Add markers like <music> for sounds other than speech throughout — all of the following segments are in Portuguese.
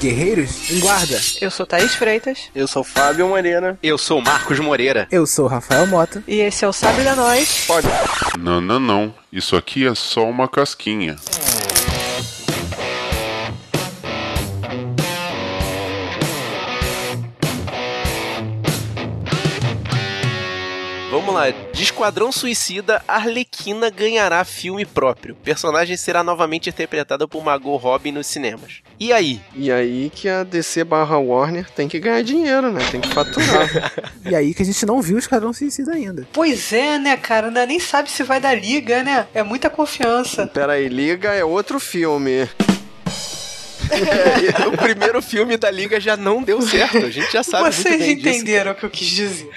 guerreiros em guarda. Eu sou Thaís Freitas. Eu sou Fábio Morena. Eu sou Marcos Moreira. Eu sou Rafael Mota. E esse é o Sabe da Nós. Pode. Não, não, não. Isso aqui é só uma casquinha. Vamos lá. De Esquadrão Suicida, Arlequina ganhará filme próprio. O personagem será novamente interpretada por Margot Robbie nos cinemas. E aí? E aí que a DC barra Warner tem que ganhar dinheiro, né? Tem que faturar. E é aí que a gente não viu o Esquadrão Suicida ainda. Pois é, né, cara? Ainda nem sabe se vai dar liga, né? É muita confiança. Pera aí, Liga é outro filme. É, o primeiro <laughs> filme da Liga já não deu certo. A gente já sabe muito Vocês bem disso. entenderam o que eu quis dizer.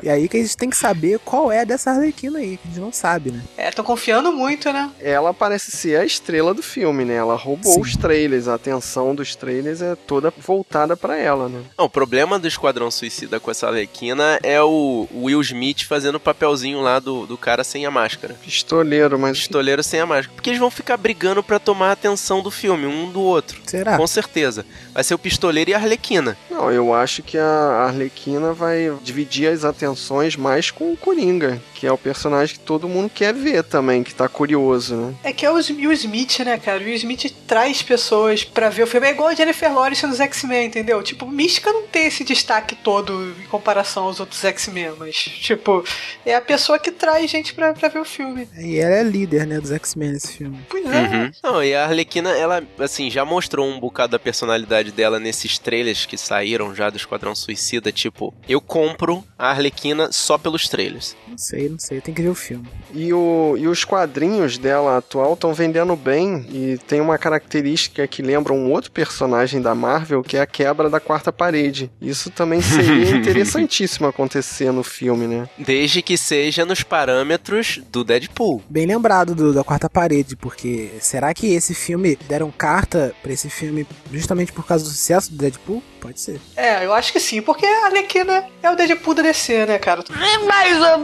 E é aí que a gente tem que saber qual é dessa Arlequina aí, que a gente não sabe, né? É, tô confiando muito, né? Ela parece ser a estrela do filme, né? Ela roubou Sim. os trailers, a atenção dos trailers é toda voltada pra ela, né? Não, o problema do Esquadrão Suicida com essa Arlequina é o Will Smith fazendo o papelzinho lá do, do cara sem a máscara. Pistoleiro, mas Pistoleiro sem a máscara. Porque eles vão ficar brigando pra tomar a atenção do filme, um do outro. Ah. Será? Com certeza. Vai ser o Pistoleiro e a Arlequina. não, eu acho que a Arlequina vai dividir as atenções mais com o Coringa, que é o personagem que todo mundo quer ver também, que tá curioso, né? É que é o Will Smith, né, cara? O Will Smith traz pessoas pra ver o filme. É igual a Jennifer Lawrence nos X-Men, entendeu? Tipo, Mística não tem esse destaque todo em comparação aos outros X-Men, mas, tipo, é a pessoa que traz gente pra, pra ver o filme. E ela é líder, né, dos X-Men nesse filme. Pois é. Não, e a Arlequina, ela, assim, já mostrou um bocado da personalidade dela nesses trailers que saíram já do Esquadrão Suicida. Tipo, eu compro a Arlequina só pelos trailers. Não sei, não sei, tem que ver o filme. E, o, e os quadrinhos dela atual estão vendendo bem e tem uma característica que lembra um outro personagem da Marvel, que é a quebra da quarta parede. Isso também seria interessantíssimo acontecer no filme, né? Desde que seja nos parâmetros do Deadpool. Bem lembrado do- da quarta parede, porque será que esse filme deram carta pra esse filme justamente por causa do sucesso do Deadpool? Pode ser. É, eu acho que sim, porque a Arlequina é o Deadpool da DC, né, cara? Mais ou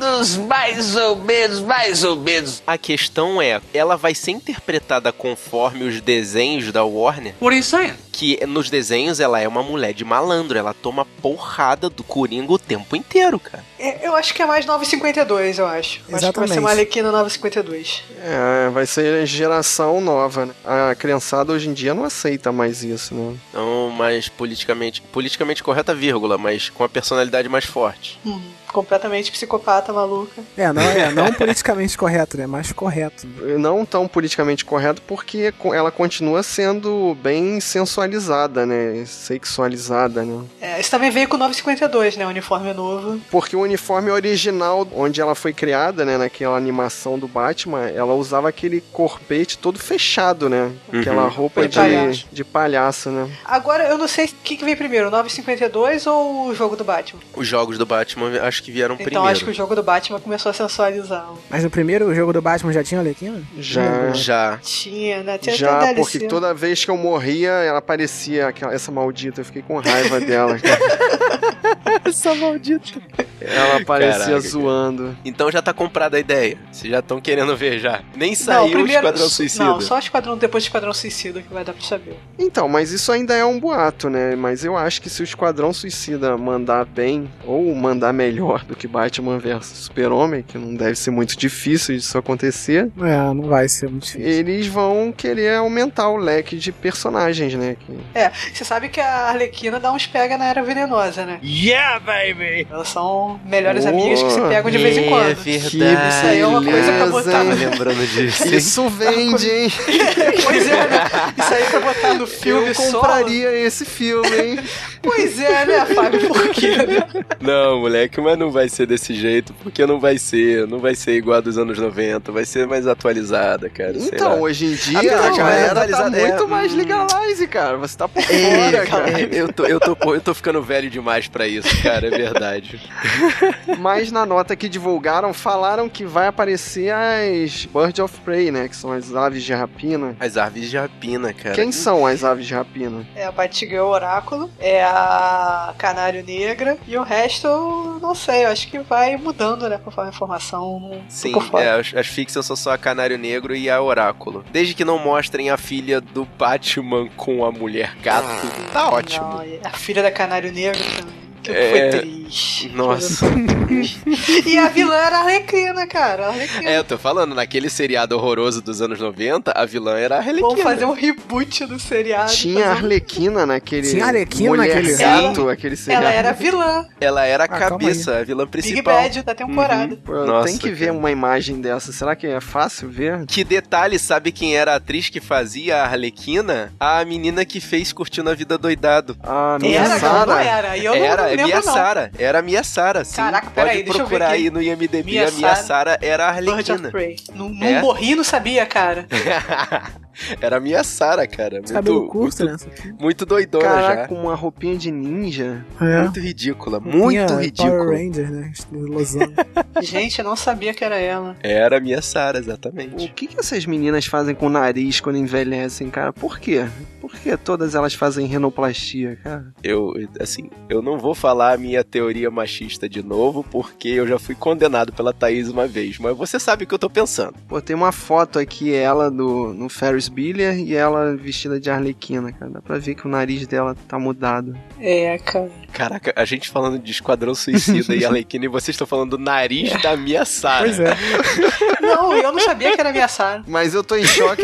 menos, mais ou menos, mais ou menos. A questão é, ela vai ser interpretada conforme os desenhos da Warner? What are you saying? Que nos desenhos ela é uma mulher de malandro, ela toma porrada do Coringa o tempo inteiro, cara. É, eu acho que é mais 952, eu acho. Eu Acho que vai Exatamente. ser uma Arlequina 952. É, vai ser geração nova, né? A criançada hoje em dia não aceita mais isso, né? Não mais Então, politicamente, politicamente correta, vírgula, mas com a personalidade mais forte. Hum, completamente psicopata, maluca. É, não é não politicamente correto, né? Mas correto. né? Não tão politicamente correto porque co- ela continua sendo bem sensualizada, né? Sexualizada, né? É, isso também veio com o 952, né? O uniforme novo. Porque o uniforme original, onde ela foi criada, né, naquela animação do Batman, ela usava aquele corpete todo fechado, né? Aquela roupa Foi de, palhaço. de palhaço, né? Agora, eu não sei o que, que veio primeiro, o 952 ou o jogo do Batman. Os jogos do Batman acho que vieram Então, primeiro. acho que o jogo do Batman começou a sensualizá-lo. Mas no primeiro jogo do Batman já tinha o Arlequina? Já. Já. Tinha, né? Uhum. Tinha até Já, DLC. porque toda vez que eu morria, ela aparecia, aquela, essa maldita, eu fiquei com raiva dela. Essa maldita. Ela aparecia Caraca, cara. zoando. Então já tá comprada a ideia. Vocês já estão querendo ver já. Nem saiu o Esquadrão Suicida. Não, só o Esquadrão, depois do Esquadrão Suicida que vai dar pra saber. Então, mas isso ainda é um boato, né? Mas eu acho que se o Esquadrão Suicida mandar bem, ou mandar melhor do que Batman vs Super-Homem, que não deve ser muito difícil disso acontecer, É, não vai ser muito difícil. eles vão querer aumentar o leque de personagens, né? Que- É, você sabe que a Arlequina dá uns pega na Era Venenosa, né? Yeah, baby! Elas são melhores Oh, amigas que se pegam de vez em É quando. verdade. Isso aí é uma coisa que eu beleza, botava. <laughs> hein? lembrando disso. Isso vende, hein? pois é, né? Isso aí pra botar no filme eu solo. compraria esse filme, hein? Pois é, né, Fábio? Por quê? né? <laughs> Não, moleque, mas não vai ser desse jeito, porque não vai ser. Não vai ser igual a dos anos 90, vai ser mais atualizada, cara. sei Então, lá. hoje em dia, Apesar a de mais galera tá atualizada, é, muito mais hum. legalize, cara. Você tá por É, fora, cara. é, eu, tô, eu, tô, eu tô ficando velho demais pra isso, cara, é verdade. Mas na nota que divulgaram, falaram que vai aparecer as Birds of Prey, né? Que são as aves de rapina. As aves de rapina, cara. Quem são as aves de rapina? <laughs> É a Batgirl Oráculo, é a Canário Negra, e o resto eu não sei, eu acho que vai mudando, né, conforme a informação. não Sim, fico fora. é, as, as ficções são só a Canário Negro e a Oráculo. Desde que não mostrem a filha do Batman com a mulher gato, tá ótimo. Ah, Não, e a filha da Canário Negro também. Que É. foi triste. Nossa. E a vilã era a Arlequina, cara. A Arlequina. É, eu tô falando, naquele seriado horroroso dos anos 90, a vilã era a Vamos Arlequina. fazer um reboot do seriado. Tinha a fazer um- Arlequina naquele. Tinha Arlequina mulher naquele- gato, aquele seriado. Ela era a vilã, Ela era a calma aí. cabeça, a vilã Ah, Big principal. Bad da temporada. Pô, Nossa, tem que ver cara. uma imagem dessa. Será que é fácil ver? Que detalhe, sabe quem era a atriz que fazia a Arlequina? A menina que fez Curtindo a Vida Doidado. Ah, minha Era, cara, não Sara. era. E eu era, não é lembro, Mia não. Sara. Era a Mia Sara, sim. Caraca, Pode peraí, deixa eu ver procurar quem- aí no IMDB. Mia a Mia Sara. Sara era a Bird of Arlequina. Prey. Não, não É? morri, não sabia, cara. <laughs> era a Mia Sara, cara. Muito, Cabelo curto, muito, né? muito doidona Caraca, tá com já. uma roupinha de ninja. Muito ridícula, muito Tinha Power ridícula. Ranger, né? Losango. Gente, eu não sabia que era ela. Era a Mia Sara, O exatamente. que, que essas meninas fazem com o nariz quando envelhecem, cara? Por quê? Por que todas elas fazem renoplastia, cara? Eu, assim, eu não vou falar a minha teoria machista de novo, porque eu já fui condenado pela Thaís uma vez, mas você sabe o que eu tô pensando. Pô, tem uma foto aqui, ela do, no Ferris Bueller e ela vestida de arlequina, cara. Dá pra ver que o nariz dela tá mudado. É, cara. Caraca, a gente falando de Esquadrão <laughs> Suicida e Arlequina e vocês estão falando do nariz da Mia Sara. É. pois é. Não, eu não sabia que era Mia Sara. Mas eu tô em choque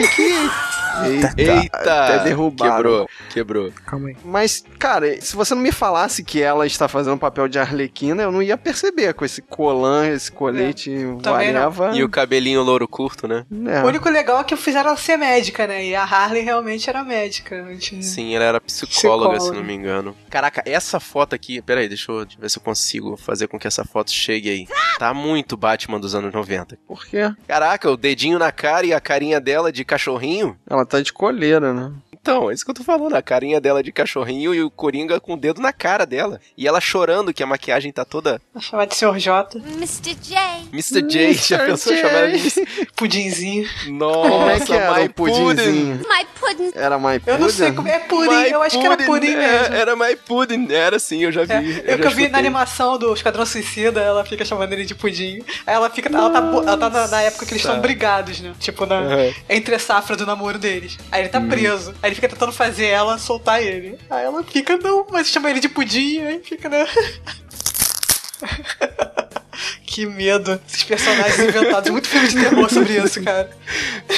Tá, que... Eita, até derrubaram. quebrou, quebrou. Calma aí. Mas, cara, se você não me falasse que ela está fazendo o papel de Arlequina, eu não ia perceber com esse colã, esse colete, É, também não. whatever. Ah. E o cabelinho louro curto, né? É. O único legal é que fizeram ela ser médica, né? E a Harley realmente era médica. antes. Sim, ela era psicóloga, Psicóloga. se não me engano. Caraca, essa foto aqui. Pera aí, deixa eu deixa eu ver se eu consigo fazer com que essa foto chegue aí. Tá muito Batman dos anos 90. Por quê? Caraca, o dedinho na cara e a carinha dela de cachorrinho? Ela tá de coleira, né? Então, é isso que eu tô falando. A carinha dela de cachorrinho e o Coringa com o dedo na cara dela. E ela chorando que a maquiagem tá toda. Vou chamar de Sr. J. Mr. J. Mr. J, já pensou J. chamar ela de. Pudinzinho. Nossa, Como é que era my Um o pudinzinho? My pudding. Era My Eu não sei Pudding? como é pudim. My eu acho que era pudim pudding, é, mesmo. Era My Pudding, era sim, eu já vi. É, eu que já eu vi na escutei. animação do Esquadrão Suicida, ela fica chamando ele de pudim. Aí ela fica. Ela tá, bo- ela tá na, na época que eles estão Nossa. brigados, né? Tipo, na, Aham. entre a safra do namoro deles. Aí ele tá Hum. preso. Aí ele fica tentando fazer ela soltar ele. Aí ela fica, não, mas chama ele de pudim, aí fica, né? <laughs> que medo. Esses personagens inventados. Muito filme de terror sobre isso, cara.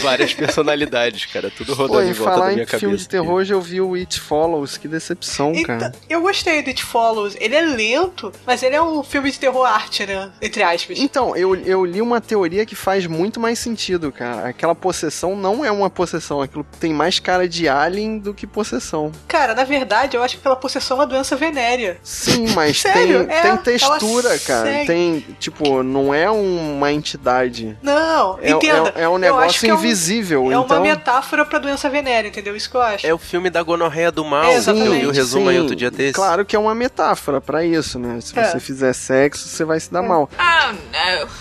Várias personalidades, cara. Tudo Pô, rodando em em volta da falar minha em cabeça. filme de aqui. terror, hoje eu vi o It Follows. Que decepção, Então, cara. eu gostei do It Follows. Ele é lento, mas ele é um filme de terror arte, né? Entre aspas. Então, eu, eu li uma teoria que faz muito mais sentido, cara. Aquela possessão não é uma possessão. Aquilo tem mais cara de alien do que possessão. Cara, na verdade, eu acho que pela possessão é uma doença venérea. <laughs> Sim, mas Sério? tem, É, tem ela textura, cara. segue. Tem, tipo, não é uma entidade. Não, É, entenda. é, é um Eu acho que negócio é um- invisível, É uma então... metáfora pra doença venérea, entendeu? Isso que eu acho. É o filme da gonorreia do mal. É, eu exatamente. vi o resumo aí outro dia desse. Claro que é uma metáfora pra isso, né? Se É. você fizer sexo, você vai se dar mal. Ah,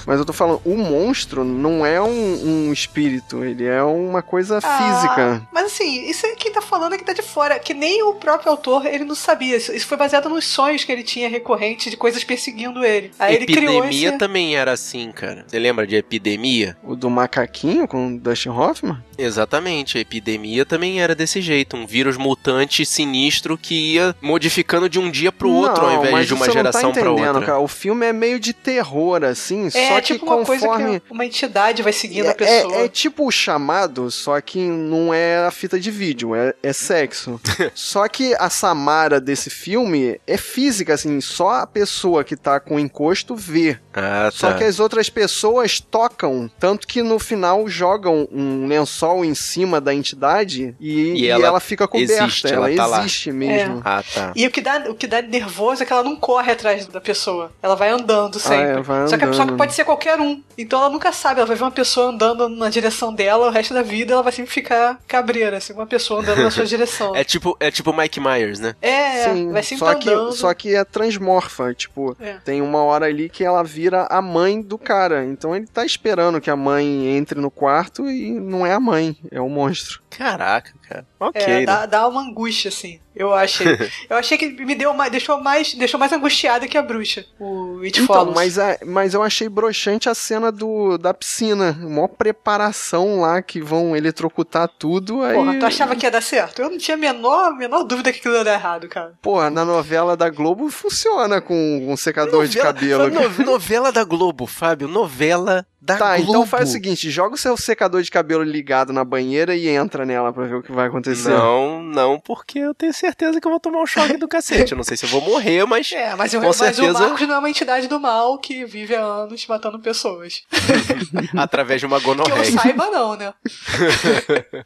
Mas eu tô falando, o monstro não é um, um espírito, ele é uma coisa Ah. física. Mas assim, isso é quem tá falando é que tá de fora, que nem o próprio autor, ele não sabia. Isso, isso foi baseado nos sonhos que ele tinha recorrente de coisas perseguindo ele. Aí ele criou Epidemia tá esse... também era assim, cara. Você lembra de Epidemia? O do macaquinho com o Dustin Hoffman? Exatamente, a epidemia também era desse jeito, um vírus mutante sinistro que ia modificando de um dia pro outro não, ao invés mas de uma você geração não tá pra entendendo, outra. Cara. O filme é meio de terror, assim, É só tipo que uma coisa conforme... que uma entidade vai seguindo a É- pessoa. É, é tipo o chamado, só que não é a fita de vídeo, é, é sexo. só que a Samara desse filme é física, assim, só a pessoa que tá com encosto vê. Ah, tá. Só que as outras pessoas tocam, tanto que no final jogam um lençol em cima da entidade e, E e ela ela, fica coberta, existe, ela, ela tá lá. existe mesmo. Ah, tá. E o que, dá, o que dá nervoso é que ela não corre atrás da pessoa. Ela vai andando sempre. é, vai Só que a pessoa andando. pode ser qualquer um. Então ela nunca sabe. Ela vai ver uma pessoa andando na direção dela o resto da vida. Ela vai sempre ficar cabreira, assim, uma pessoa andando <laughs> na sua direção. É tipo, é tipo Mike Myers, né? É, Sim, vai sempre só andando. que, só que é transmorfa, tipo, É. tem uma hora ali que ela vira a mãe do cara, então ele tá esperando que a mãe entre no quarto e não é a mãe, é o monstro. Caraca, cara. Ok. É, né? dá, dá uma angústia, assim. Eu <laughs> achei. eu achei que me deu mais. Deixou mais, deixou mais angustiada que a bruxa. O It Então, Follows. mas, a- mas eu achei broxante a cena do, da piscina, maior preparação lá que vão eletrocutar tudo, aí... Porra, tu achava que ia dar certo? Eu não tinha a menor, a menor dúvida que aquilo ia dar errado, cara. Porra, na novela da Globo funciona com um secador de cabelo. Foi no- novela da Globo, Fábio. Novela da Tá, Globo. então faz o seguinte, joga o seu secador de cabelo ligado na banheira e entra nela pra ver o que vai acontecer. Não, não, porque eu tenho certeza que eu vou tomar um choque do cacete. Eu não sei se eu vou morrer, mas. <laughs> É, mas, o, Com mas certeza. o Marcos não é uma entidade do mal que vive há anos matando pessoas. Através de uma Que eu gonorreia. saiba, não, né?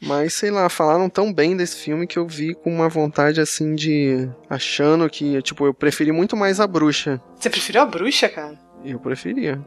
Mas sei lá, falaram tão bem desse filme que eu vi com uma vontade assim de. achando que, tipo, eu preferi muito mais a bruxa. Você preferiu a bruxa, cara? Eu preferia.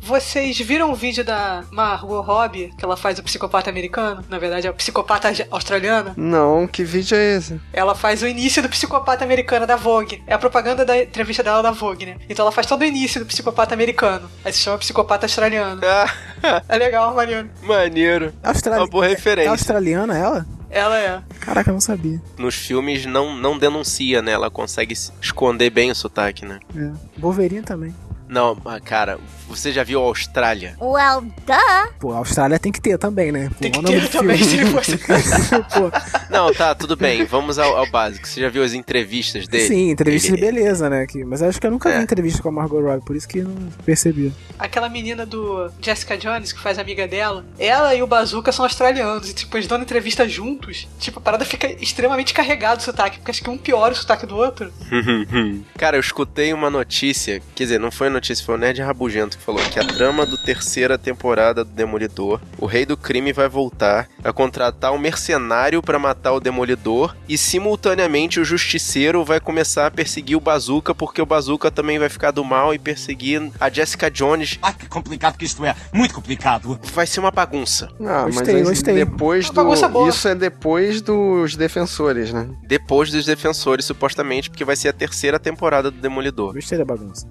Vocês viram o vídeo da Margot Robbie, que ela faz o psicopata americano? Na verdade, é o psicopata australiana. Não, que vídeo é esse? Ela faz o início do psicopata americano da Vogue. É a propaganda da entrevista dela da Vogue, né? Então ela faz todo o início do psicopata americano. Aí se chama psicopata australiano. <laughs> Ah, É legal, maneiro. maneiro. Austral... Uma boa É referência. australiana ela? Ela é. Caraca, eu não sabia. Nos filmes não, não denuncia, né? Ela consegue se- esconder bem o sotaque, né? É. Wolverine também. Não, ah, cara, você já viu a Austrália? Well, duh. Pô, a Austrália tem que ter também, né? Pô, Tem que o nome do ter também, se filme. ele <laughs> fosse. Pô, Não, tá, tudo bem. Vamos ao, ao básico. Você já viu as entrevistas dele? sim, entrevista Ele- de beleza, né? Que, mas acho que eu nunca É. vi entrevista com a Margot Robbie, por isso que não percebi. Aquela menina do Jessica Jones, que faz amiga dela, ela e o Bazooka são australianos. E, tipo, eles dando entrevista juntos. Tipo, a parada fica extremamente carregada o sotaque. Porque acho que um piora o sotaque do outro. Cara, eu escutei uma notícia, quer dizer, não foi notícia, foi o Nerd Rabugento que falou que a trama do terceira temporada do Demolidor, o rei do crime vai voltar a contratar um mercenário pra matar o Demolidor e simultaneamente o Justiceiro vai começar a perseguir o Bazooka porque o Bazooka também vai ficar do mal e perseguir a Jessica Jones. Ah, que complicado que isto é. Muito complicado. Vai ser uma bagunça. Ah, Gostei, mas aí gostei. depois Uma bagunça do. boa. Isso é depois dos defensores, né? Tá. Depois dos Defensores, supostamente, porque vai ser a terceira temporada do Demolidor. Gostei da bagunça.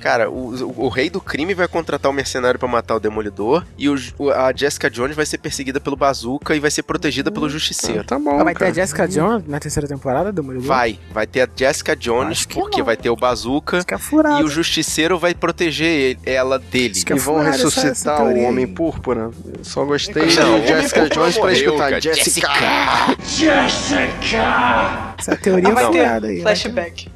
Cara, o, o- o rei do crime vai contratar o mercenário pra matar o demolidor e o Ju- o- a Jessica Jones vai ser perseguida pelo Bazooka e vai ser protegida pelo Ah, Justiceiro. tá bom. Ah, vai ter cara. a Jessica Jones na terceira temporada do Demolidor? Vai, vai ter a Jessica Jones Acho que porque não. vai ter o Bazooka Fica e furado. o Justiceiro vai proteger ele- ela dele. Acho que é E vão furada essa- essa ressuscitar o teoria aí. Homem Púrpura. Eu só Não, gostei o do Homem Jessica Púrpura Jones pra morreu, escutar. cara. Jessica! Essa teoria Mas é Ah, vai furada ter aí. flashback.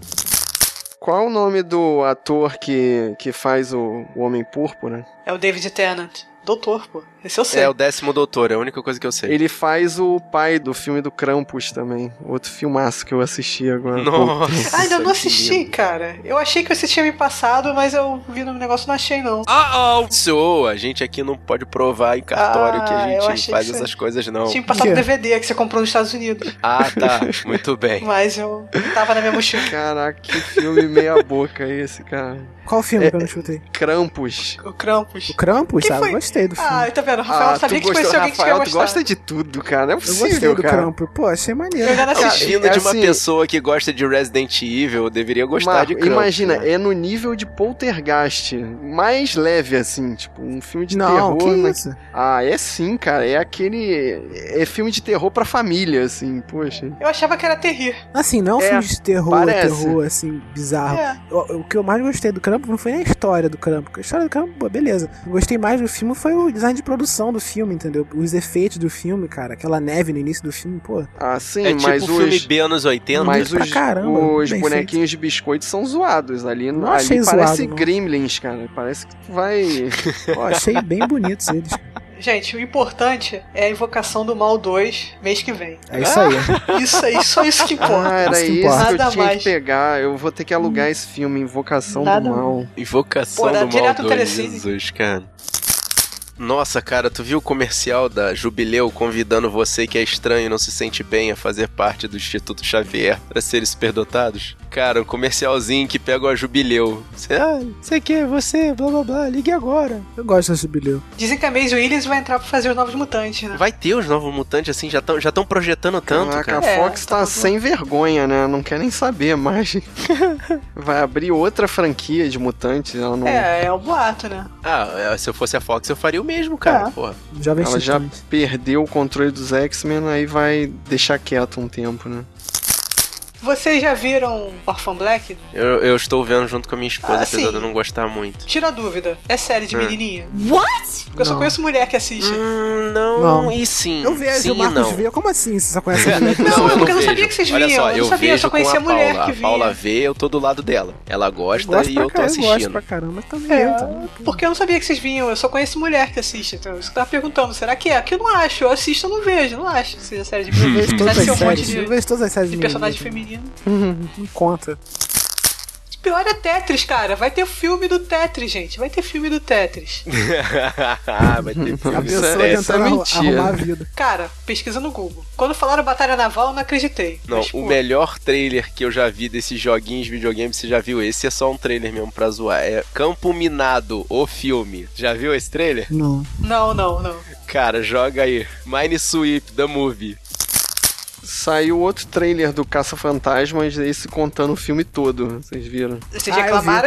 Qual o nome do ator que, que faz o, o Homem Púrpura? É o David Tennant. Doutor, pô. Esse eu sei. É o décimo doutor, é a única coisa que eu sei. Ele faz o pai do filme do Krampus também. Outro filmaço que eu assisti agora. há pouco. Nossa. Ah, ainda não que lindo. assisti, cara. Eu achei que você tinha me passado, mas eu vi no negócio e não achei, não. So, a gente aqui não pode provar em cartório Ah, que eu a gente achei faz que- essas coisas, não. Tinha me passado Por o quê? DVD que você comprou nos Estados Unidos. Ah, tá. Muito bem. Mas eu tava na minha mochila. Caraca, que filme meia boca esse, cara. Qual filme que eu não chutei? Krampus. O Krampus. O Krampus, Que sabe? foi? Eu Gostei do filme. Ah, tá vendo? Rafael Ah, sabia tu que conhecia gostou, alguém que tinha Rafael, tu gostado. gosta de tudo, cara. Não é eu gostei possível, do cara. Krampus. Pô, achei maneiro. Eu ainda não assisti. Vindo de uma assim- pessoa que gosta de Resident Evil, eu deveria gostar Marco, de Krampus, imagina, né? é no nível de poltergeist. Mais leve, assim, tipo, um filme de Não, que terror. né? isso? Ah, é sim, cara. É aquele. É filme de terror pra família, assim, poxa. Eu achava que era terrir. Assim, não é um É, filme de terror, parece. terror, assim, bizarro. É. O, o que eu mais gostei do Krampus não foi nem a história do Krampus. porque A história do Krampus, pô, beleza. O que eu Gostei mais do filme foi o design de produção do filme, entendeu? Os efeitos do filme, cara. Aquela neve no início do filme, pô. Ah, sim, É mas tipo filme os. B anos 80. Mas pra os, caramba, os bem bonequinhos de biscoito são zoados ali. Não ali achei parece zoado, não. <laughs> gremlins, cara. Parece que tu vai. Pô, achei bem bonitos eles. Gente, o importante é a Invocação do Mal 2 mês que vem. É isso aí. Isso aí, só isso que importa. Ah, era Isso que isso importa. que eu Nada tinha mais. Hum. que pegar. Eu vou ter que alugar esse filme, Invocação Nada do Mal. Invocação Pô, dá do Mal direto no 2, Telecine. Jesus, cara. Nossa, cara, tu viu o comercial da Jubileu convidando você que é estranho e não se sente bem a fazer parte do Instituto Xavier para seres superdotados? Cara, um comercialzinho que pega a Jubileu. Você, ah, sei que, você, blá blá blá, ligue agora. <laughs> Eu gosto desse Ah. bilhão. Dizem que a Maisie Williams vai entrar pra fazer os Novos Mutantes, né? Vai ter os novos mutantes assim, já estão já tão projetando tanto, Caraca, cara. a É, Fox tá tá bom. sem vergonha, né? Não quer nem <laughs> saber mais. Vai abrir outra franquia de mutantes. Ela não. É, é o boato, né? Ah, se eu fosse a Fox, eu faria o mesmo, cara. É. Porra. Jovens Ela já Titãs. perdeu o controle dos X-Men, aí vai deixar quieto um tempo, né? Vocês já viram Orphan Black? Eu, eu estou vendo junto com a minha esposa, Ah, apesar sim. de eu não gostar muito. Tira a dúvida. É série de Hum. menininha? What? Porque eu só Não. conheço mulher que assiste. Hum, não, Não. e sim. Eu vejo, sim, o Marcos não. É, né? vê. Como assim? Você só conhece a mulher? Não, eu porque eu não sabia vejo. que vocês Olha viam, só, eu não eu sabia, eu vejo só com conhecia a a mulher Paula. que a via. Paula vê, eu tô do lado dela. Ela gosta gosto e pra eu tô caramba, Eu gosto assistindo. pra caramba, mas também É. eu também. Porque eu não sabia que vocês vinham, eu só conheço mulher que assiste. Então, isso que eu tava perguntando, será que é? Que eu não acho, eu assisto, eu não vejo, não acho que seja série de Uhum. Eu menininha. vejo Apesar todas de ser um as monte séries. Eu de, vejo todas as séries de meninas. personagem feminino. Não conta. Pior é Tetris, cara. Vai ter filme do Tetris, gente. Vai ter filme do Tetris. <laughs> Vai ter A filme Isso é- pessoa isso é tentando arru- mentira. arrumar a vida. Cara, pesquisa no Google. Quando falaram Batalha Naval, eu não acreditei. Não, Mas, pô, o melhor trailer que eu já vi desses joguinhos videogames, você já viu? Esse é só um trailer mesmo pra zoar. É Campo Minado, o filme. Já viu esse trailer? Hum. Não. Não, não, não. Cara, joga aí. Mine Sweep, The Movie. Saiu outro trailer do Caça-Fantasmas, esse contando o filme todo. Vocês viram? Vocês reclamaram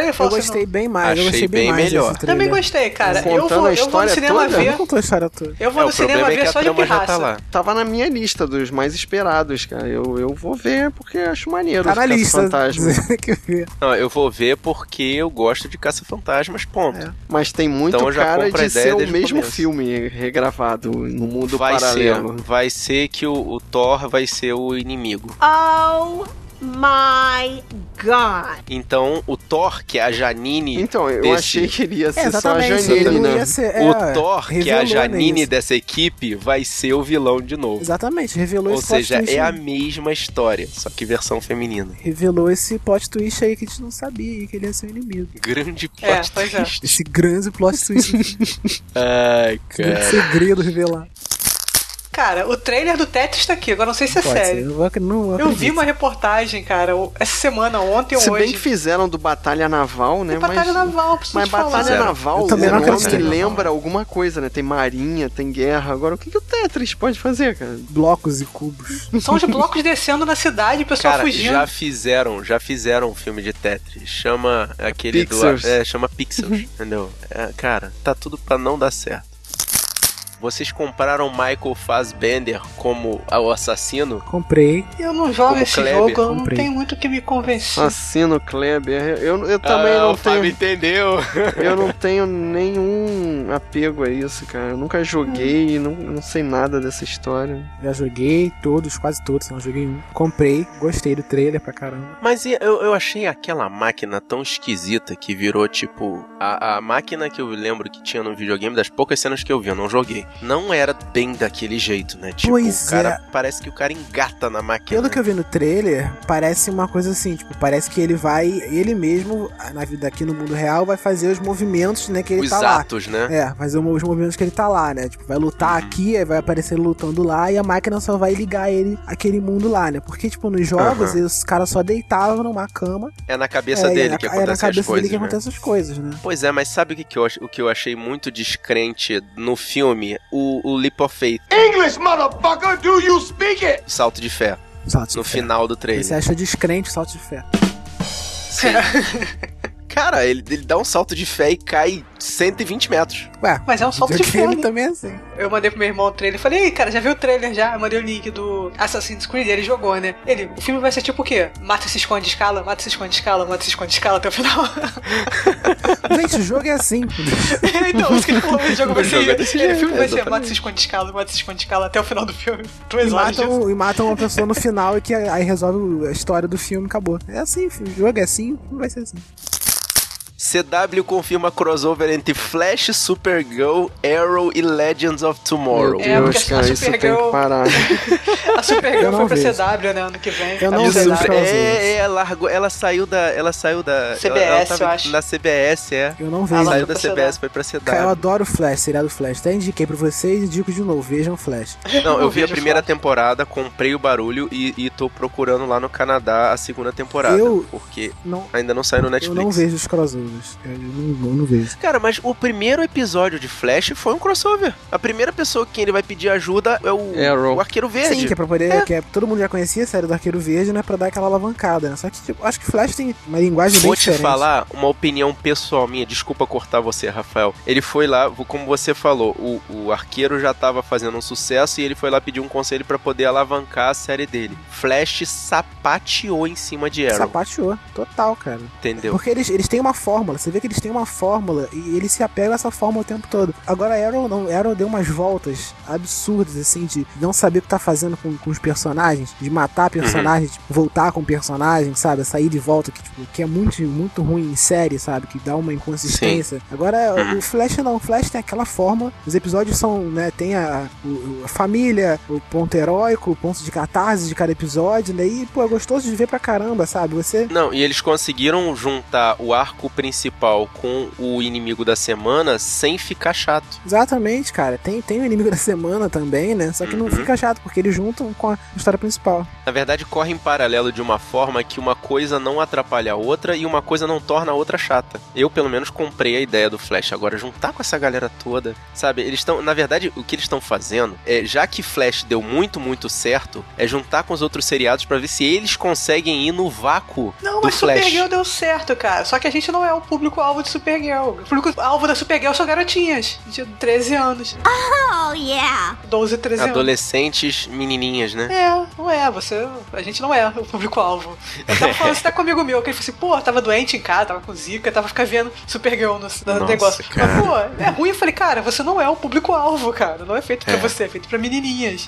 Ah, eu, e eu vi. eu falo assim, gostei não. bem mais. eu Achei gostei bem, bem mais melhor. desse trailer. Também gostei, cara. Contando Eu vou, a eu vou no história cinema toda? Não ver. contou a história toda. Eu vou é, no o problema cinema é que ver a só de trama já tá pirraça. lá. Tava na minha lista dos mais esperados, cara. Eu, eu vou ver porque acho maneiro. Tá na os lista. <laughs> Caça-Fantasmas. que eu vi. Não, eu vou ver porque eu gosto de Caça-Fantasmas, ponto. Mas tem muito Então eu já cara compro a de ideia ser o desde o mesmo começo. filme regravado no mundo vai paralelo. ser, vai ser que o, o Thor vai ser o inimigo. Oh my god. Então, o Thor, que é a Janine. Então, eu desse- achei que iria É, ser só a exatamente. Janine, ele né? ia ser, O é, Thor, que é revelou, a né, Janine isso. dessa equipe, vai ser o vilão de novo. Exatamente, revelou Ou esse plot seja, twist é a aí. mesma história, só que versão feminina. Revelou esse plot twist aí que a gente não sabia aí que ele ia ser o inimigo. Grande plot É, pois é. twist. Esse grande plot twist. Ai, grande cara. segredo revelar. Cara, o trailer do Tetris tá aqui. Agora não sei se é Pode sério. ser. Eu, ac- não Eu acredito. vi uma reportagem, cara, o- essa semana, ontem ou Se hoje. bem que fizeram do Batalha Naval, né? E Batalha mas... Naval, preciso Mas te falar. Batalha Zero. Naval, Eu o também não nome acredito. lembra alguma coisa, né? Tem marinha, tem guerra. Agora, o que, que o Tetris pode fazer, cara? Blocos e cubos. São os blocos descendo na cidade e o pessoal Cara, fugindo. já fizeram, já fizeram um filme de Tetris. Chama aquele Pixels. do. É, chama Uhum. Pixels, entendeu? É, cara, tá tudo pra não dar certo. Vocês compraram Michael Fassbender como a- o assassino? Comprei. Eu não jogo Como esse Kleber, jogo, eu não comprei. tenho muito o que me convencer. Assassino Kleber. Eu, eu também Ah, não o Fábio tenho. entendeu. Eu não tenho nenhum apego a isso, cara. Eu nunca joguei, não, não sei nada dessa história. Já joguei todos, quase todos, não joguei um. Comprei, gostei do trailer pra caramba. Mas e- eu, eu achei aquela máquina tão esquisita que virou tipo. A, a máquina que eu lembro que tinha no videogame, das poucas cenas que eu vi, eu não joguei. Não era bem daquele jeito, né? Tipo, Pois é. o cara. Parece que o cara engata na máquina. Pelo que eu vi no trailer, parece uma coisa assim, tipo, parece que ele vai, ele mesmo, na vida aqui no mundo real, vai fazer os movimentos, né, que ele Os tá lá. atos, né? É, fazer os movimentos que ele tá lá, né? Tipo, vai lutar Uhum. aqui, aí vai aparecer ele lutando lá e a máquina só vai ligar ele àquele mundo lá, né? Porque, tipo, nos jogos, Aham. os caras só deitavam numa cama. É na Uhum. cabeça é, e dele na- que é na acontece cabeça as coisas. dele que né? acontecem as coisas, né? Pois é, mas sabe o que, que eu, ach- o que eu achei muito descrente no filme? O, o Leap of Faith. English, motherfucker, do you speak it? o Salto de fé. Salto de No fé. final do trailer. Você acha descrente o salto de fé. Sim. <laughs> Cara, ele, ele dá um salto de fé e cai 120 metros. Ué, Mas é um salto de fé, videogame né? também é assim. Eu mandei pro meu irmão o trailer. Falei, ei, cara, já viu o trailer já? Eu mandei o link do Assassin's Creed, ele jogou, né? Ele, o filme vai ser tipo o quê? Mata e se esconde escala, mata e se esconde escala, mata e se esconde escala até o final. <laughs> Gente, o jogo é assim. então, isso que ele falou, o jogo vai O jogo ser. é desse Ele, o jeito, filme vai ser exatamente. mata e se esconde escala, mata e se esconde escala até o final do filme. E Duas horas disso. matam, e matam uma pessoa no final e que aí resolve a história do filme, acabou. É assim, filho. o jogo é assim, não vai ser assim. CW confirma crossover entre Flash, Supergirl, Arrow e Legends of Tomorrow. É, porque Deus, a cara, isso tem Supergirl- <laughs> que parar. A Supergirl Eu não foi pra vi isso. CW, né, ano que vem. Eu não A vi Isso, os CW. crossovers. é, é, largou, ela saiu da, ela saiu da CBS, ela, ela tava eu acho. Na CBS, é. Eu não Ela vejo. saiu foi da pra CBS, foi pra CW. Cara, eu adoro Flash, seriado Flash. Até indiquei pra vocês e indico de novo. Vejam Flash. Não, eu Eu vi a vejo primeira só. temporada, comprei o barulho e, e tô procurando lá no Canadá a segunda temporada. Eu- Porque Não, ainda não saiu no eu Netflix. não vejo os crossovers. Eu não, eu não vejo. Cara, mas o primeiro episódio de Flash foi um crossover. A primeira pessoa que ele vai pedir ajuda é o, Arrow. o Arqueiro Verde. Sim, que é pra poder. É. Que é- todo mundo já conhecia a série do Arqueiro Verde, né? Pra dar aquela alavancada, né? Só que tipo, acho que Flash tem uma linguagem Vou bem te diferente. falar uma opinião pessoal minha, desculpa cortar você, Rafael. Ele foi lá, como você falou, o, o arqueiro já tava fazendo um sucesso e ele foi lá pedir um conselho pra poder alavancar a série dele. Flash sapateou em cima de Arrow, Sapateou, total, cara. entendeu? Porque eles, eles têm uma fórmula, você vê que eles têm uma fórmula e eles se apegam a essa fórmula o tempo todo. Agora Arrow não, Arrow deu umas voltas absurdas, assim, de não saber o que tá fazendo com, com os personagens, de matar personagens, tipo, voltar com personagens, sabe? Sair de volta, que, tipo, que é muito, muito ruim em série, sabe? Que dá uma inconsistência. Agora o Flash não, o Flash tem aquela forma, os episódios são, né, tem a, o- o- a família, o ponto heróico, o ponto de catarse de cada episódio, né? E, pô, é gostoso de ver pra caramba, sabe? Você Não, e eles conseguiram juntar o arco principal com o inimigo da semana sem ficar chato. Exatamente, cara. Tem, tem o inimigo <laughs> da semana também, né? Só que não Uhum. fica chato, porque eles juntam com a história principal. Na verdade, corre em paralelo de uma forma que uma coisa não atrapalha a outra e uma coisa não torna a outra chata. Eu, pelo menos, comprei a ideia do Flash. Agora, juntar com essa galera toda, sabe? Eles estão, na verdade, o que eles estão fazendo é, já que Flash deu muito, muito certo, é juntar com os outros seriados pra ver se eles conseguem ir no vácuo Não, do mas Flash. Supergirl deu certo, cara. Só que a gente não é o público-alvo de Supergirl. O público-alvo da Supergirl são garotinhas de 13 anos. Oh, yeah. 12, 13 anos. Adolescentes, menininhas, né? É, não é, você. A gente não é o público-alvo. Eu tava falando isso até com um amigo meu, que ele falou assim, pô, eu tava doente em casa, tava com zica, tava ficando vendo Supergirl no, no Nossa, negócio. cara. Mas, pô, é ruim. Eu falei, cara, você não é o público-alvo, cara. Não é feito pra você, é feito pra menininhas.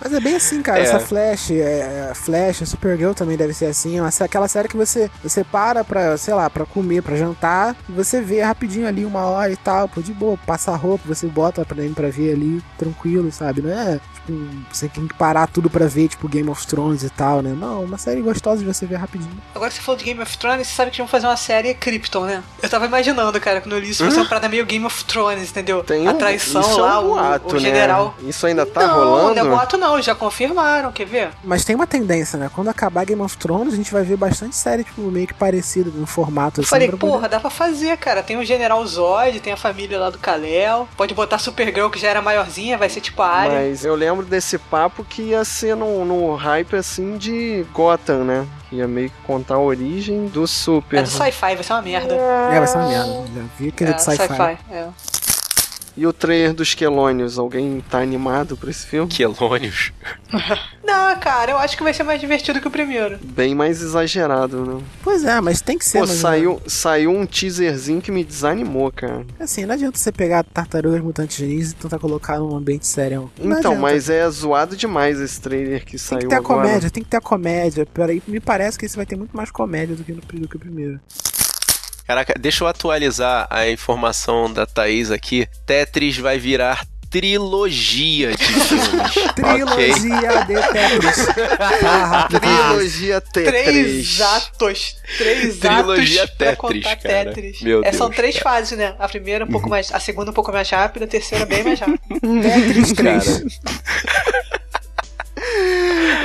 Mas é bem assim, cara. É. Essa Flash, é, é, Flash, Supergirl também deve ser assim. Uma, sé- aquela série que você, você para pra, sei lá, pra comer, pra jantar, e você vê rapidinho ali uma hora e tal, pô, de boa, passa roupa, você bota pra dentro pra ver ali, tranquilo, sabe? Não é, tipo, um- você tem que parar tudo pra ver, tipo, Game of Thrones e tal, né? Não, uma série gostosa de você ver rapidinho. Agora que você falou de Game of Thrones, você sabe que vão fazer uma série Krypton, né? Eu tava imaginando, cara, quando eu li isso, fosse uma parada meio Game of Thrones, entendeu? Tem a um- traição isso é lá, um o- boato, o, né? general. Isso ainda tá não, rolando? não é boato não, já confirmaram, quer ver? Mas tem uma tendência, né? Quando acabar Game of Thrones, a gente vai ver bastante série, tipo, meio que parecida, num formato Eu assim. falei, pra poder- porra, dá pra fazer, cara. Tem o General Zod, tem a família lá do Kalel. Pode botar Supergirl, que já era maiorzinha, vai ser tipo a área. Mas eu lembro desse papo que ia ser no, no hype assim de Gotham, né? Que ia meio que contar a origem do É Super. do sci-fi, vai ser uma merda. É, vai ser uma merda. Já vi aquele É, de sci-fi. é. né? E o trailer dos Quelônios, alguém tá animado pra esse filme? Quelônios. Não, cara, eu acho que vai ser mais divertido que o primeiro. Bem mais exagerado, né? Pois é, mas tem que ser. Pô, mas, é. saiu, saiu um teaserzinho que me desanimou, cara. Assim, não adianta você pegar tartarugas mutantes genis e tentar colocar num ambiente sério. Não Então, adianta. mas é zoado demais esse trailer que Tem saiu que ter a agora. comédia, tem que ter a comédia. Peraí, me parece que esse vai ter muito mais comédia do que, no, do que o primeiro. Caraca, deixa eu atualizar a informação da Thaís aqui. Tetris vai virar trilogia <laughs> de filmes. Ok. Trilogia de Tetris. Tá, rápido. Trilogia Tetris. Três atos. Três Trilogia atos pra Tetris, contar cara. Tetris. Meu É, São Deus, três cara. Uhum. fases, né? A primeira um pouco mais... A segunda um pouco mais rápida, a terceira bem mais <laughs> rápida. Tetris <laughs> 3.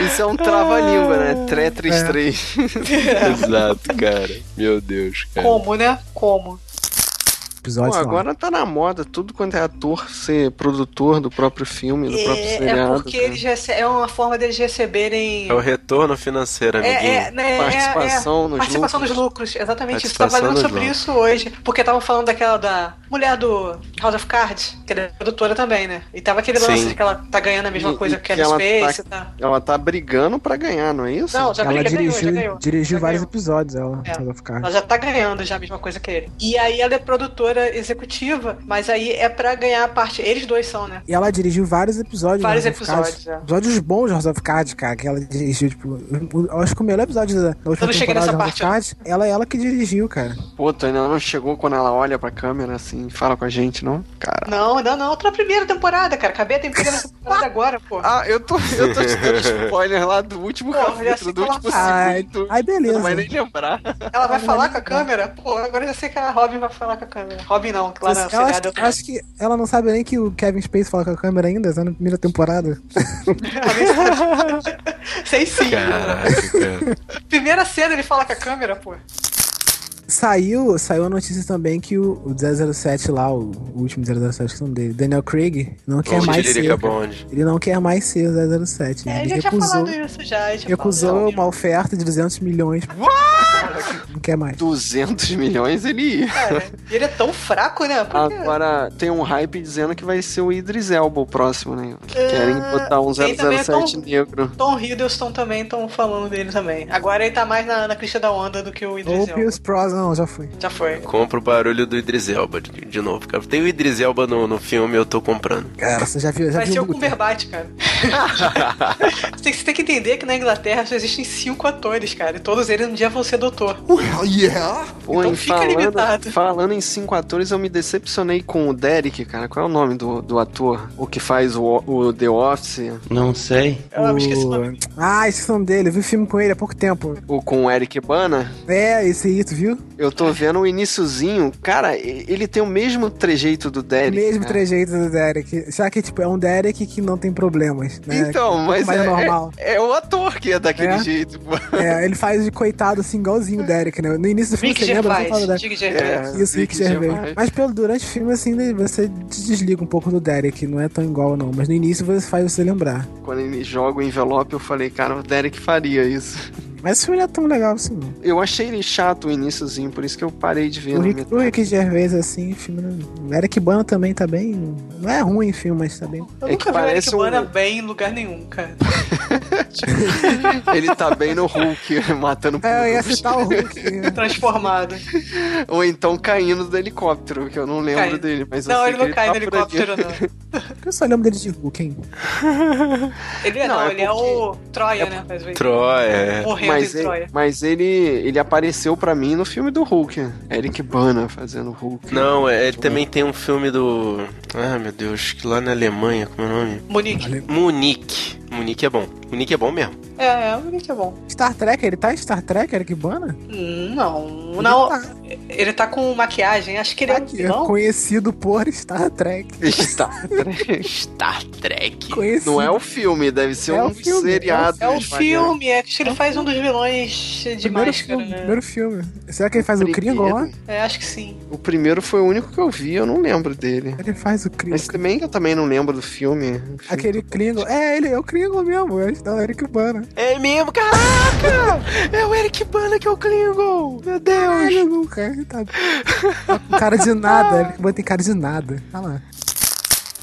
Isso é um trava-língua, Ah. né? É. Tetris 3. Exato, cara. Meu Deus, cara. Como, né? Como. Pô, Episódio sei lá. agora tá na moda tudo quanto é ator ser produtor do próprio filme, do próprio É, é seriado. né? porque cara. eles rece- é uma forma deles receberem... É o retorno financeiro, amiguinho. É, é, né, é, é, Participação nos Participação lucros. dos lucros, exatamente isso. Participação Tava falando nos sobre lucros. isso hoje, porque tava falando daquela da mulher do House of Cards, que ela é produtora também, né? E tava aquele lance Sim. de que ela tá ganhando a mesma E- coisa e que a que ela Space tá- e tá. Ela tá brigando pra ganhar, não é isso? Não, já Ela briga ganhou, já dirigiu, ganhou. dirigiu Já vários ganhou. episódios, ela. É. House of Cards. Ela já tá ganhando já a mesma coisa que ele. E aí ela é produtora executiva, mas aí é pra ganhar a parte. Eles dois são, né? E ela dirigiu vários episódios. né? de Vários House of Cards. episódios, é. Episódios bons de House of Cards, cara, que ela dirigiu, tipo... eu- Eu acho que o melhor episódio da da última não cheguei temporada de nessa House of Cards, ela é ela que dirigiu, cara. Pô, tu ainda não chegou quando ela olha pra câmera assim e fala com a gente, não? Cara. Não, não, não. Tá na primeira temporada, cara. Acabei a primeira temporada agora, pô. Ah, eu tô, eu tô te dando spoiler lá <laughs> do último Pô, já capítulo, sei do falar. último Ai, segundo. ai, Tu beleza. é Não vai nem lembrar. Ela vai não falar vai com a nem- câmera? Pô, agora eu já sei que a Robin vai falar com a câmera. Robin não, é um que lá na eu acho, seriada. acho que ela não sabe nem que o Kevin Space fala com a câmera ainda, tá na primeira temporada. Sei sim. Caraca, <laughs> cara. Primeira cena ele fala com a câmera, pô. É, Saiu, saiu a notícia também que o, o 007 lá, o, o último 007 que não dele, Daniel Craig, não quer Onde mais diria ser. que é cara. Bond? Ele não quer mais ser o 007. É, né? ele já tinha recusou, falado isso já. já tinha falado. recusou uma oferta de 200 milhões. Não quer mais. 200 milhões ele ia. Cara, e ele é tão fraco, né? Porque... Agora tem um hype dizendo que vai ser o Idris Elba o próximo, né? Que Ah, Querem botar um ele também é 007 tão- negro. Tom Hiddleston também estão falando dele também. Agora ele tá mais na, na crista da onda do que o Ou Idris o Elba. Pierce Pros, não, já foi. Já foi. Compro o barulho do Idris Elba de, de novo, cara. Tem o Idris Elba no, no filme, eu tô comprando. Cara, você já viu, já Vai ser viu o Cumberbatch, cara. <laughs> você, tem, você tem que entender que na Inglaterra só existem cinco atores, cara. E todos eles um dia vão ser doutor. Ah, Pô, Então e fica limitado. falando, falando em cinco atores, eu me decepcionei com o Derek, cara. Qual é o nome do, do ator? O que faz o, o The Office? Não sei. Eu me esqueci o nome. Ah, esqueci o nome dele. Eu vi filme com ele há pouco tempo. O com o Eric Bana? É, esse aí, tu viu? Eu tô vendo o iniciozinho. Cara, e- ele tem o mesmo trejeito do Derek. Mesmo cara. trejeito do Derek. Só que, tipo, é um Derek que não tem problemas, né? Então, mas mais é, normal. é, é o ator que é daquele É? jeito. pô. <laughs> É, ele faz de coitado, assim, igualzinho o Derek, né? No início do filme, Rick É, você lembra? você fala do Gervais. Derek. Rick É, Gervais. Isso, Rick Rick Gervais. Gervais. Mas pelo, durante o filme, assim, você te desliga um pouco do Derek. Não é tão igual, não. Mas no início você faz você lembrar. Quando ele joga o envelope, eu falei, cara, o Derek faria isso. Mas esse filme não é tão legal assim, não. Eu achei ele chato o iniciozinho, por isso que eu parei de ver. O na Rick, metade. o Rick Gervais, assim, o filme... Não... Eric Bana também tá bem... Não é ruim o filme, mas tá bem... Eu É que nunca vi o Eric parece um- Bana bem em lugar nenhum, <laughs> cara. <laughs> Ele tá bem <laughs> no Hulk, <laughs> matando É, eu ia <laughs> putos. citar o Hulk. é né? Transformado. Ou então caindo do helicóptero, que eu não lembro Caindo. dele. Mas eu não, sei ele que não cai no tá por ali. helicóptero, não. Eu só lembro dele de Hulk, hein? Ele é, não, Não, é ele é o Troia, né? Mas ele Troia. é. tá Morrendo Mas, é- em ele, Troia. mas ele, ele apareceu pra mim no filme do Hulk. Eric Bana fazendo Hulk. <laughs> Não, é, ele também tem um filme do. Ah, meu Deus, que lá na Alemanha, como é o nome? Monique. Munique. Munique é bom. Munique é bom mesmo. É, é, o Monique é bom. Star Trek, ele tá em Star Trek, Eric Bana? Hum, Não, não. é um Ele tá, Ele tá com maquiagem, acho que ele é um aqui, vilão. conhecido por Star Trek. Está. Star Trek. Conhecido. tá, Não é o filme, deve ser É o um filme, seriado. É um de variante. filme, é, acho que ele faz um dos vilões de primeiro máscara, filme, né? primeiro filme. Será que ele faz o Kringle lá? Será É, acho que sim. O primeiro foi o único que eu vi, eu não lembro dele. que ele faz o Kringle? Mas também eu também não lembro do filme. Aquele Kringle. É, ele é o Kringle mesmo. É o Eric Bana. É mesmo, <laughs> caraca! É o Eric Bana que é o Klingon! Meu Deus! Caralho, nunca. Ah, Ele tá, tá com cara de nada. <laughs> Eric Bana tem cara de nada. Olha lá.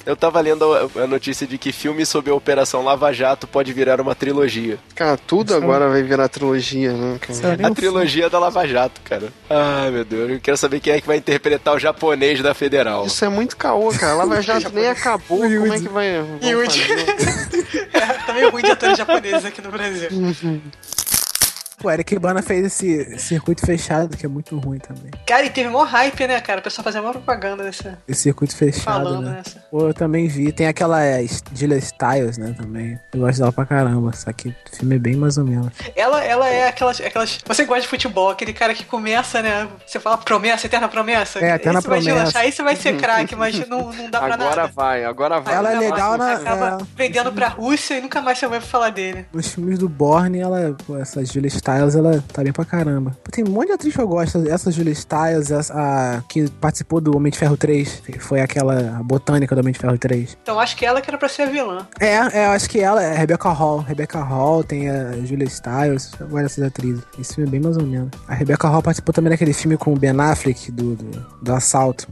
Eu tava lendo a, a notícia de que filme sobre a Operação Lava Jato pode virar uma trilogia. Cara, tudo é um- agora vai virar trilogia, né, Será cara? nem A um filme. trilogia da Lava Jato, cara. Ai, meu Deus, eu quero saber quem é que vai interpretar o japonês da Federal. Isso é muito caô, cara. Lava <laughs> Jato nem acabou, Yudi. como é que vai... vão Yudi. fazer? <laughs> tá meio ruim de atores japoneses aqui no Brasil. O Eric Bana fez esse circuito fechado, que é muito ruim também. Cara, e teve mó hype, né, cara? O pessoal fazia mó propaganda dessa. Esse circuito fechado, Falando né? nessa. Pô, eu também vi. Tem aquela é, Julia Styles, né, também. Eu gosto dela pra caramba, só que o filme é bem mais ou menos. Ela, ela é aquelas, aquelas. Você que gosta de futebol, aquele cara que começa, né? Você fala promessa, eterna promessa. É, eterna aí você vai promessa. Uhum. deslanchar, aí você vai ser craque, mas não, não dá pra Agora nada. vai, agora vai. Ela é Aí legal na- Acaba é. vendendo pra Rússia e nunca mais você vai falar dele. Nos filmes do Borne, ela, pô, essa Julia Stiles, ela tá bem pra caramba. Pô, Tem um monte de atriz que eu gosto. Essa Julia Stiles, essa, a que participou do Homem de Ferro 3, que foi aquela a botânica do Homem de Ferro 3. Então acho que ela que era pra ser a vilã. É, é, eu acho que ela, é a Rebecca Hall. Rebecca Hall, tem a Julia Stiles, agora essas atrizes. Esse filme é bem mais ou menos. A Rebecca Hall participou também daquele filme com o Ben Affleck, do, do, do Assalto.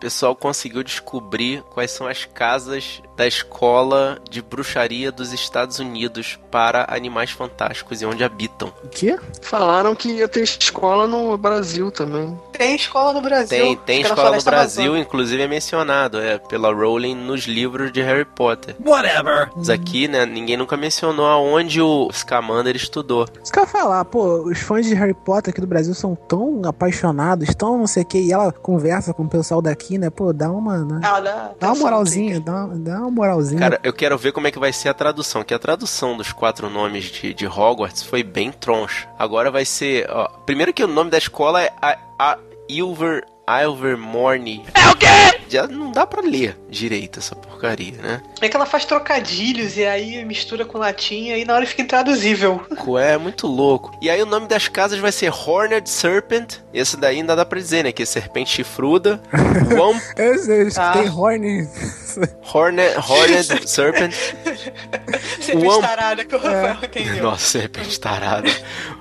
pessoal conseguiu descobrir quais são as casas da escola de bruxaria dos Estados Unidos para animais fantásticos e onde habitam. O quê? Falaram que ia ter escola no Brasil também. Tem escola no Brasil. Tem, tem Fica na escola no Floresta Brasil, Amazônica. inclusive é mencionado, é, pela Rowling nos livros de Harry Potter. Whatever. Mas aqui, né, ninguém nunca mencionou aonde o Scamander estudou. Isso que eu ia falar, pô, os fãs de Harry Potter aqui do Brasil são tão apaixonados, tão não sei o que, e ela conversa com o pessoal daqui, né? Pô, dá uma. né? Ah, dá, Dá uma moralzinha, dá, uma- dá uma moralzinha. Cara, eu quero ver como é que vai ser a tradução, que a tradução dos quatro nomes de, de Hogwarts foi bem troncha. Agora vai ser, ó, primeiro que o nome da escola é a, a Ilver Ilvermorny. É o quê? Já não dá pra ler direito essa porcaria, né? É que ela faz trocadilhos e aí mistura com latinha e na hora fica <laughs> intraduzível. Ué, é muito louco. E aí o nome das casas vai ser Horned Serpent. Esse daí ainda dá pra dizer, né? Que é serpente <laughs> chifruda. Womp Eu sei, eu Ah. escutei Horny. Horned, Horned Serpent. Você fez Uam. tarada que o É. Rafael entendeu. Nossa, serpente tarada.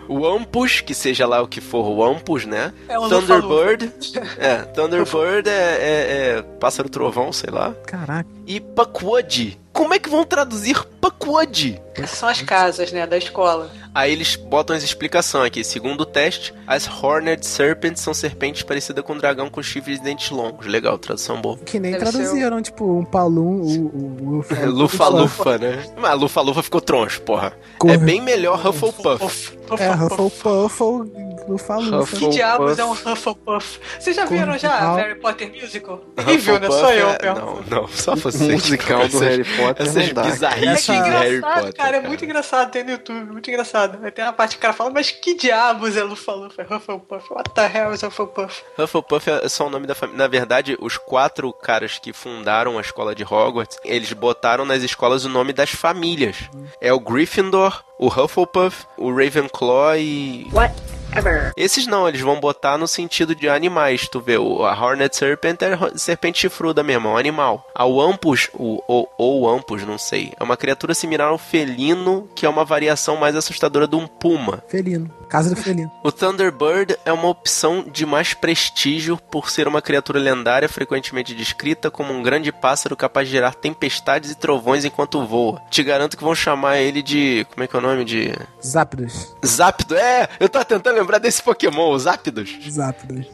Wampus, que seja lá o que for Wampus, né? É um Thunderbird. É, Thunderbird é, é- é pássaro trovão, sei lá. Caraca. E Pacuode. Como é que vão traduzir Pacuode? São as casas, né, da escola. Aí eles botam essa explicação aqui. Segundo o teste, as Horned Serpents são serpentes parecidas com um dragão com chifres e dentes longos. Legal, tradução <laughs> boa. Que nem Deve traduziram, tipo, um palum, o. o, o- o- Lufa-lufa, né? Mas Lufa-lufa ficou troncho, porra. É bem melhor Hufflepuff. É, Hufflepuff ou Lufa-Lufa. Que diabos é um Hufflepuff. Hufflepuff? Vocês já Corre viram já de pau. Harry Potter Musical? Ninguém viu, né? Só eu, Hufflepuff é- mesmo. Não, não, só O você. musical do Harry Potter Essas não dá. É bizarrices que de é Harry engraçado, Potter. cara. É muito engraçado. Tem no YouTube, muito engraçado. Aí Tem uma parte que o cara fala, mas que diabos é Lufa-Lufa? É Hufflepuff? What the hell is Hufflepuff? Hufflepuff é só o nome da família. Na verdade, os quatro caras que fundaram a escola de Hogwarts, eles botaram nas escolas o nome das famílias. É o Gryffindor, o Hufflepuff, o Ravenclaw e... Whatever. Esses não, eles vão botar no sentido de animais, tu vê. o- A Hornet Serpent é ro- serpente chifruda mesmo, é um animal. A Wampus, o, o, ou Wampus, não sei, é uma criatura similar ao felino, que é uma variação mais assustadora de um puma. Felino. Casa do Felino. O Thunderbird é uma opção de mais prestígio por ser uma criatura lendária frequentemente descrita como um grande pássaro capaz de gerar tempestades e trovões enquanto voa. Te garanto que vão chamar ele de. Como é que é o nome? De. Zapdos. Zapdos. É, eu tava tentando lembrar desse Pokémon, o Zapdos. Zapdos.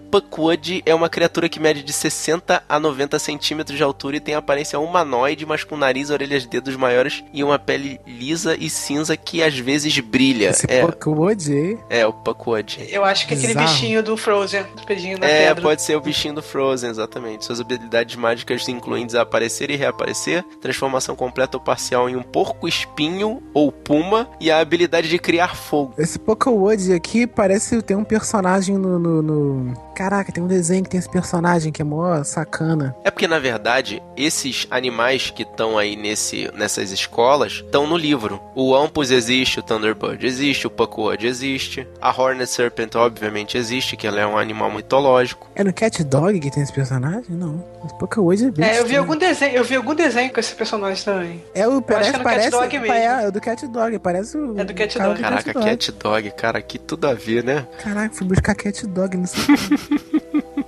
Japacuode é uma criatura que mede de 60 a 90 centímetros de altura e tem aparência humanoide, mas com nariz, orelhas, dedos maiores e uma pele lisa e cinza que às vezes brilha. Esse É, Pokémon de. é o Pacuode. Eu acho que é aquele Bizarro. bichinho do Frozen, do pedinho na É, pedra. pode ser o bichinho do Frozen, exatamente. Suas habilidades mágicas incluem desaparecer e reaparecer, transformação completa ou parcial em um porco-espinho ou puma e a habilidade de criar fogo. Esse Pokéwood aqui parece tem um personagem no, no, no- Caraca, tem um desenho que tem esse personagem que é mó sacana. É porque, na verdade, esses animais que estão aí nesse, nessas escolas estão no livro. O Ampus existe, o Thunderbird existe, o Puckwood existe, a Hornet Serpent obviamente existe, que ela é um animal mitológico. É no Cat Dog que tem esse personagem? Não. Esse Pokéwood é bem. É, eu vi estranho. algum desenho, eu vi algum desenho com esse personagem também. É o parece, que é no Cat parece, Dog mesmo. É, é do Cat Dog, parece o. É do Cat o cara Dog. do Caraca, Dog. Cat Dog, cara, aqui tudo a ver, né? Caraca, fui buscar Cat Dog nesse.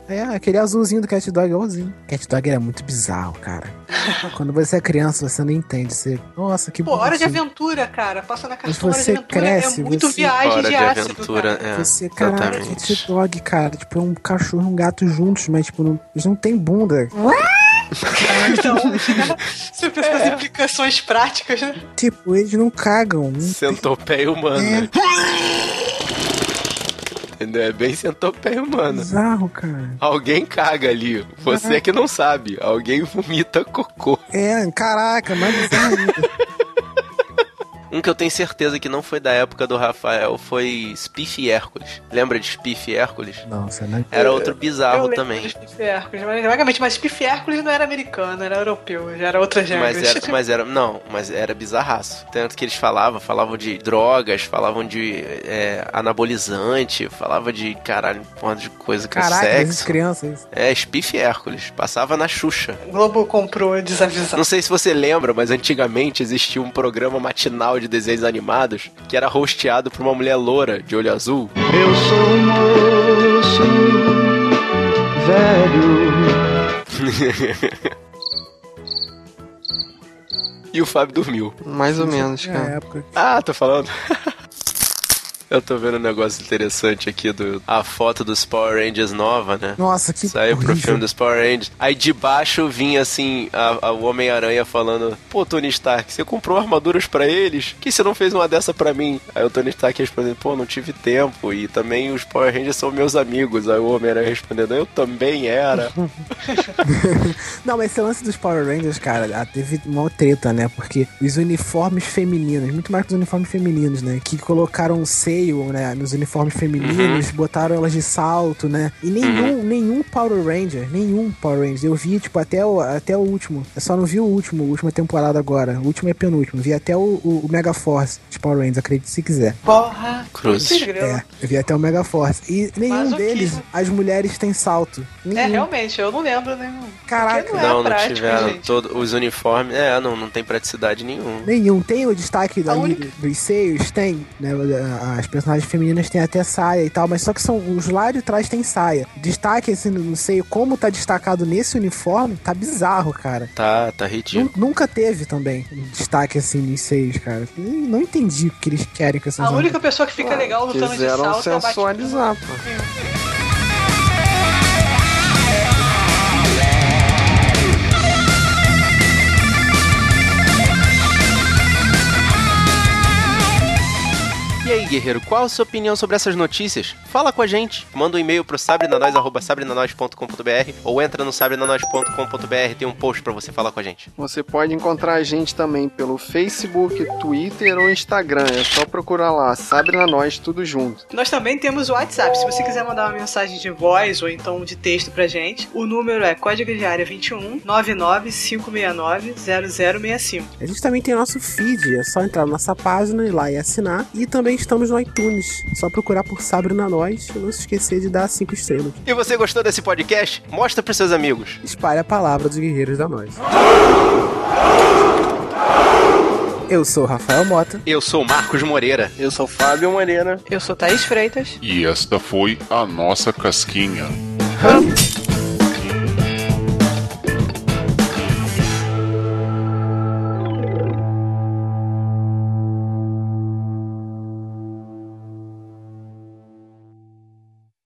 é, aquele azulzinho do Cat Dog, é igualzinho. Cat Dog era muito bizarro, cara. Quando você é criança, você não entende. Você. Nossa, que Pô, Hora de bonitinho. Aventura, cara. Passa na Mas cartão Hora de você Aventura. cresce, é muito você- viagem Hora de, de ácido, aventura, cara. é. Você, caraca, exatamente. Cat Dog, cara. Tipo, é um cachorro e um gato juntos, mas, tipo, não, eles não têm bunda. Então, você pensa nas implicações práticas, né? Tipo, eles não cagam. não Centopeia humana. Entendeu? É bem centopeia É humana. bizarro, cara. Alguém caga ali. Você é que não sabe. Alguém vomita cocô. É, caraca, mais bizarro <laughs> ainda. Um que eu tenho certeza que não foi da época do Rafael foi Spiff e Hércules. Lembra de Spiff e Hércules? Nossa, né? Era É, outro eu bizarro lembro também. dos Piff Hércules, mas, vagamente, mas Piff Hércules não era americano, era europeu, já era outra gênero. Mas era, mas era. Não, mas era bizarraço. Tanto que eles falavam, falavam de drogas, falavam de é, anabolizante, falavam de caralho, um porra de coisa com Caraca, essas sexo. crianças. É, Spiff e Hércules. Passava na Xuxa. O Globo comprou desavisado. Não sei se você lembra, mas antigamente existia um programa matinal de desenhos animados que era hosteado por uma mulher loura de olho azul. Eu sou um moço velho E o Fábio dormiu. Mais ou menos, Na cara. É, época. Ah, tô falando. <laughs> Eu tô vendo um negócio interessante aqui do a foto dos Power Rangers nova, né? Nossa, que Saiu pro horrível. filme dos Power Rangers. Aí de baixo vinha assim a, a- o Homem-Aranha falando: Pô, Tony Stark, você comprou armaduras pra eles? Por que você não fez uma dessa pra mim? Aí o Tony Stark respondendo: Pô, não tive tempo. E também os Power Rangers são meus amigos. Aí o Homem-Aranha respondendo: Eu também era. <laughs> Não, mas esse lance dos Power Rangers, cara, ah, teve uma treta, né? Porque os uniformes femininos, muito mais que os uniformes femininos, né? Que colocaram o seio, né, nos uniformes femininos, Uhum. botaram elas de salto, né? E nenhum, nenhum Power Ranger, nenhum Power Ranger. Eu vi, tipo, até o, até o último. Eu só não vi o último, a última temporada agora. O último é penúltimo. Vi até o, o, o Mega Force de Power Rangers, acredite se quiser. Porra! Cruzes. Cruzes. grela. É, eu vi até o Mega Force. E nenhum Masoquismo. deles, as mulheres têm salto. É, Nenhum. realmente, eu não lembro né, nenhum. Caraca. Porque não é Não, não prático, tiveram gente. todos os uniformes. É, não, não tem praticidade nenhuma. Nenhum. Tem o destaque ali única- dos seios, tem, né? As personagens femininas têm até saia e tal, mas só que são os lá de trás tem saia. Destaque assim no- no seio, como tá destacado nesse uniforme, tá bizarro, cara. Tá, tá Nu- ridículo. Nunca teve também um destaque assim nos seios, cara. E Não entendi o que eles querem com essas A única pessoa que fica legal lutando de Quiseram salto é a Batman. sensualizar, pô. E aí, guerreiro, qual a sua opinião sobre essas notícias? Fala com a gente. Manda um e-mail pro sabrenanois, arroba sabrenanois.com.br ou entra no sabrenanois.com.br, tem um post pra você falar com a gente. Você pode encontrar a gente também pelo Facebook, Twitter ou Instagram. É só procurar lá, Sabrina Nós, tudo junto. Nós também temos o WhatsApp. Se você quiser mandar uma mensagem de voz ou então de texto pra gente, o número é código de área 21 99569 0065. A gente também tem nosso feed, é só entrar na nossa página, ir lá e assinar. E também estamos no iTunes, só procurar por Sabrina Nós e não se esquecer de dar cinco estrelas. E você gostou desse podcast? Mostra pros seus amigos. espalha a palavra dos guerreiros da noite. Eu sou o Rafael Mota. Eu sou o Marcos Moreira. Eu sou Fábio Moreira. Eu sou Thaís Freitas. E esta foi a nossa casquinha. Hum.